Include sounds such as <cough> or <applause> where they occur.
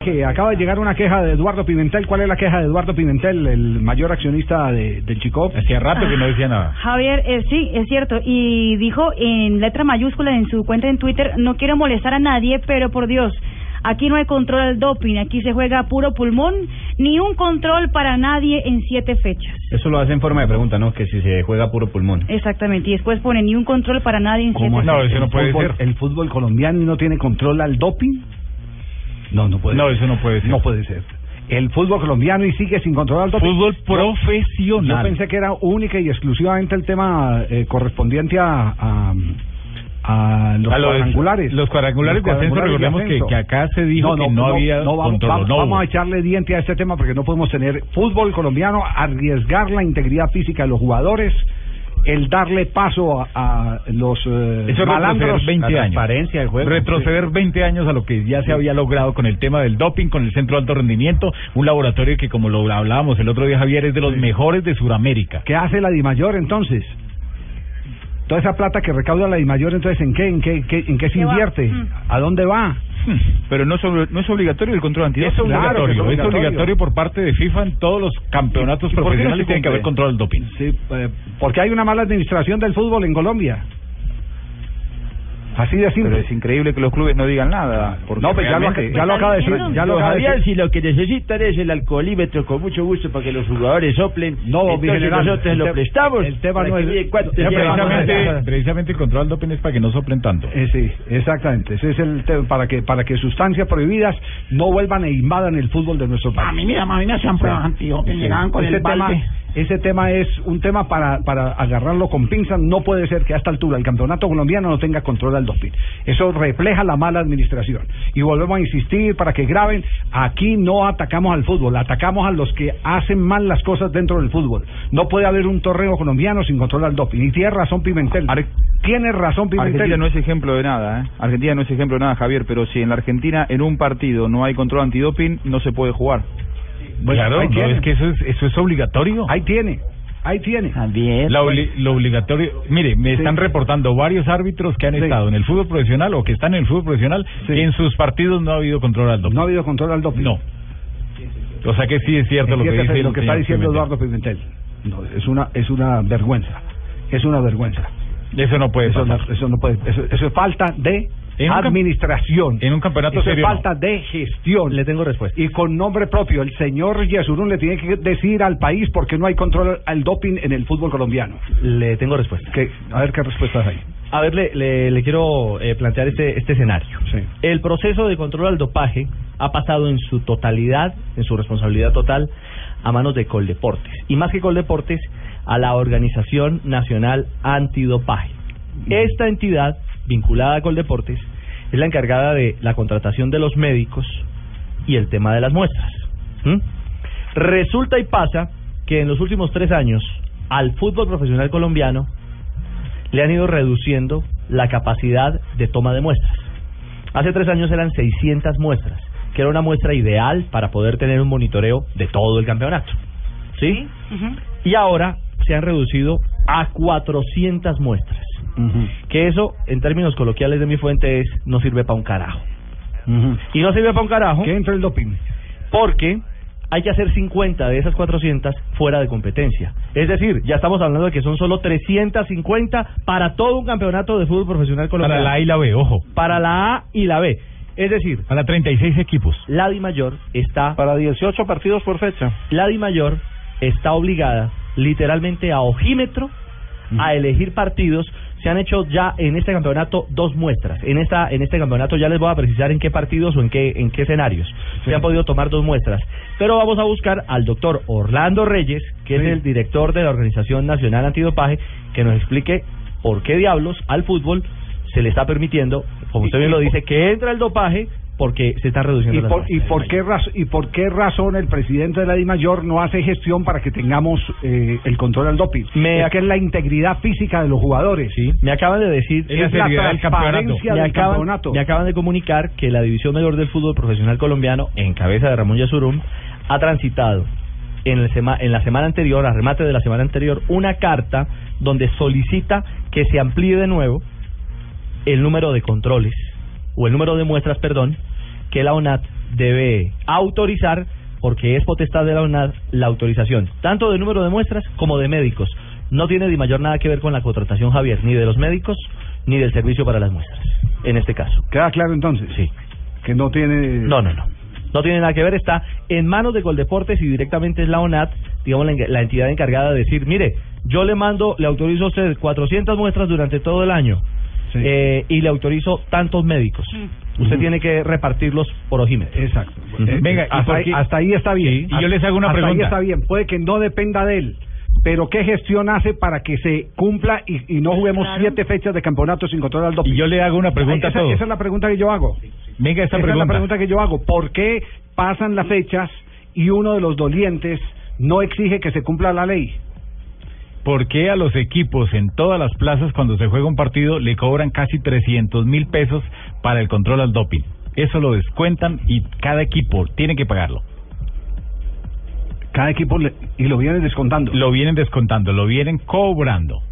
Que acaba de llegar una queja de Eduardo Pimentel. ¿Cuál es la queja de Eduardo Pimentel, el mayor accionista de, del Chicop? Hacía rato que no decía nada. Javier, eh, sí, es cierto. Y dijo en letra mayúscula en su cuenta en Twitter, no quiero molestar a nadie, pero por Dios, aquí no hay control al doping, aquí se juega a puro pulmón, ni un control para nadie en siete fechas. Eso lo hace en forma de pregunta, ¿no? Que si se juega puro pulmón. Exactamente, y después pone ni un control para nadie en siete ¿Cómo fechas. No, eso no puede fútbol, ser. ¿El fútbol colombiano no tiene control al doping? No, no puede No, ser. eso no puede ser. No puede ser. El fútbol colombiano y sigue sin control al doping. Fútbol profesional. Yo pensé que era única y exclusivamente el tema eh, correspondiente a, a, a los A los- cuadrangulares. los cuadrangulares de ascenso, cuadrangulares de recordemos que- ascenso. que acá se dijo que no había vamos, control, Vamos, no hubo. vamos a echarle diente a este tema porque no podemos tener fútbol colombiano, arriesgar la integridad física de los jugadores, el darle paso a, a los eh, Eso es malandros. retroceder 20 años. Retroceder 20 años a lo que ya se había logrado con el tema del doping, con el Centro de Alto Rendimiento, un laboratorio que, como lo hablábamos el otro día, Javier, es de los mejores de Sudamérica. ¿Qué hace la Dimayor entonces? Toda esa plata que recauda la Dimayor, entonces, ¿en qué, en qué, qué- en qué se ¿Qué va? invierte? Mm. ¿A dónde va? <laughs> Pero no es, obli- no es obligatorio el control antidoping. Es obligatorio, Claro que es obligatorio. es obligatorio por parte de FIFA en todos los campeonatos ¿Y por qué no se profesionales tiene cumple? que haber control del doping. Sí, eh, porque hay una mala administración del fútbol en Colombia. Así de simple. increíble que los clubes no digan nada. No, pues ya lo, ac- ya lo acaba de decir. Ya lo acaba de Javier, decir. si lo que necesitan es el alcoholímetro, con mucho gusto, para que los jugadores soplen, No, mi entonces general, nosotros el lo te- prestamos. el tema para no que es- miren cuántos Ya, llevan. precisamente, precisamente el control del doping es para que no soplen tanto. Eh, sí, exactamente. Ese es el tema para que para que sustancias prohibidas no vuelvan e invadan el fútbol de nuestro país. A mí, mira, a mí me hacían pruebas antidoping, Sí. llegaban con ese el tema, balde. ese tema es un tema para, para agarrarlo con pinzas. No puede ser que a esta altura el campeonato colombiano no tenga control al doping. Eso refleja la mala administración. Y volvemos a insistir para que graben. Aquí no atacamos al fútbol, atacamos a los que hacen mal las cosas dentro del fútbol. No puede haber un torneo colombiano sin control al doping. Y tiene razón Pimentel. Ar- tiene razón Pimentel. Argentina no es ejemplo de nada, ¿eh? Argentina no es ejemplo de nada, Javier, pero si en la Argentina en un partido no hay control antidoping, no se puede jugar. Bueno, claro, ahí no, tiene. es que eso es, eso es obligatorio. Ahí tiene, ahí tiene. Javier, pues. La obli- lo obligatorio, mire, me están reportando varios árbitros que han Sí. estado en el fútbol profesional o que están en el fútbol profesional Sí. y en sus partidos no ha habido control al doping. No ha habido control al doping. No. O sea que sí es cierto Es lo que, cierto, dice lo el que está señor diciendo Pimentel. Eduardo Pimentel. No, es una es una vergüenza. Es una vergüenza. Eso no puede Eso no, pasar. eso no puede. Eso, eso es falta de En un cam- administración. En un campeonato eso serio. es no. falta de gestión. Le tengo respuesta. Y con nombre propio, el señor Yesurún le tiene que decir al país por qué no hay control al doping en el fútbol colombiano. le tengo respuesta. Que, a ver qué respuestas hay. A ver, le, le, le quiero eh, plantear este, este escenario. Sí. El proceso de control al dopaje ha pasado en su totalidad, en su responsabilidad total, a manos de Coldeportes. Y más que Coldeportes, a la Organización Nacional Antidopaje. Esta entidad, vinculada a Coldeportes, es la encargada de la contratación de los médicos y el tema de las muestras. ¿Mm? Resulta y pasa que en los últimos tres años, al fútbol profesional colombiano, le han ido reduciendo la capacidad de toma de muestras. Hace tres años eran 600 muestras, que era una muestra ideal para poder tener un monitoreo de todo el campeonato. ¿Sí? Y ahora se han reducido a 400 muestras. Que eso, en términos coloquiales de mi fuente, es no sirve para un carajo. Y no sirve para un carajo ¿Qué entra el doping? porque hay que hacer 50 de esas 400 fuera de competencia. Es decir, ya estamos hablando de que son solo 350 para todo un campeonato de fútbol profesional colombiano. Para la A y la B, ojo. Para la A y la B. Es decir, Para 36 equipos. la Di Mayor está Para 18 partidos por fecha. la Di Mayor está obligada literalmente a ojímetro a elegir partidos. Se han hecho ya en este campeonato dos muestras. En esta en este campeonato ya les voy a precisar en qué partidos o en qué en qué escenarios se han podido tomar dos muestras. Pero vamos a buscar al doctor Orlando Reyes, que es el director de la Organización Nacional Antidopaje, que nos explique por qué diablos al fútbol se le está permitiendo, como usted bien lo dice, que entra el dopaje porque se están reduciendo ¿Y las por, muestras. y, por qué raz- ¿Y por qué razón el presidente de la DIMAYOR no hace gestión para que tengamos eh, el control al doping? Me es que es la integridad física de los jugadores. Me acaban de decir Es la Es la seriedad del campeonato. transparencia Me del acaban, campeonato. me acaban de comunicar que la División Mayor del Fútbol Profesional Colombiano, en cabeza de Ramón Yasurum, ha transitado en, el sema- en la semana anterior, a remate de la semana anterior, una carta donde solicita que se amplíe de nuevo el número de controles, o el número de muestras, perdón, que la ONAT debe autorizar, porque es potestad de la ONAT la autorización, tanto del número de muestras como de médicos. No tiene Di Mayor nada que ver con la contratación, Javier, ni de los médicos, ni del servicio para las muestras, en este caso. ¿Queda claro entonces? Sí. Que no tiene... No, no, no. No tiene nada que ver, está en manos de Coldeportes y directamente es la ONAT, digamos, la, en- la entidad encargada de decir, mire, yo le mando, le autorizo a usted 400 muestras durante todo el año eh, y le autorizo tantos médicos. Usted tiene que repartirlos por ojímetro. Exacto. Eh, Ujú. Venga, ¿y hasta, por ahí, qué- hasta ahí está bien. Sí, y yo les hago una Hasta ahí pregunta. está bien. Puede que no dependa de él. Pero ¿qué gestión hace para que se cumpla y, y no juguemos siete fechas de campeonato sin control al doping? Y yo le hago una pregunta a esa, todos. esa es la pregunta que yo hago. Venga, esta Esa pregunta. es la pregunta que yo hago. ¿Por qué pasan las fechas y uno de los dolientes no exige que se cumpla la ley? ¿Por qué a los equipos en todas las plazas cuando se juega un partido le cobran casi 300 mil pesos para el control al doping? Eso lo descuentan y cada equipo tiene que pagarlo. Cada equipo le- y lo viene descontando. Lo vienen descontando, lo vienen cobrando.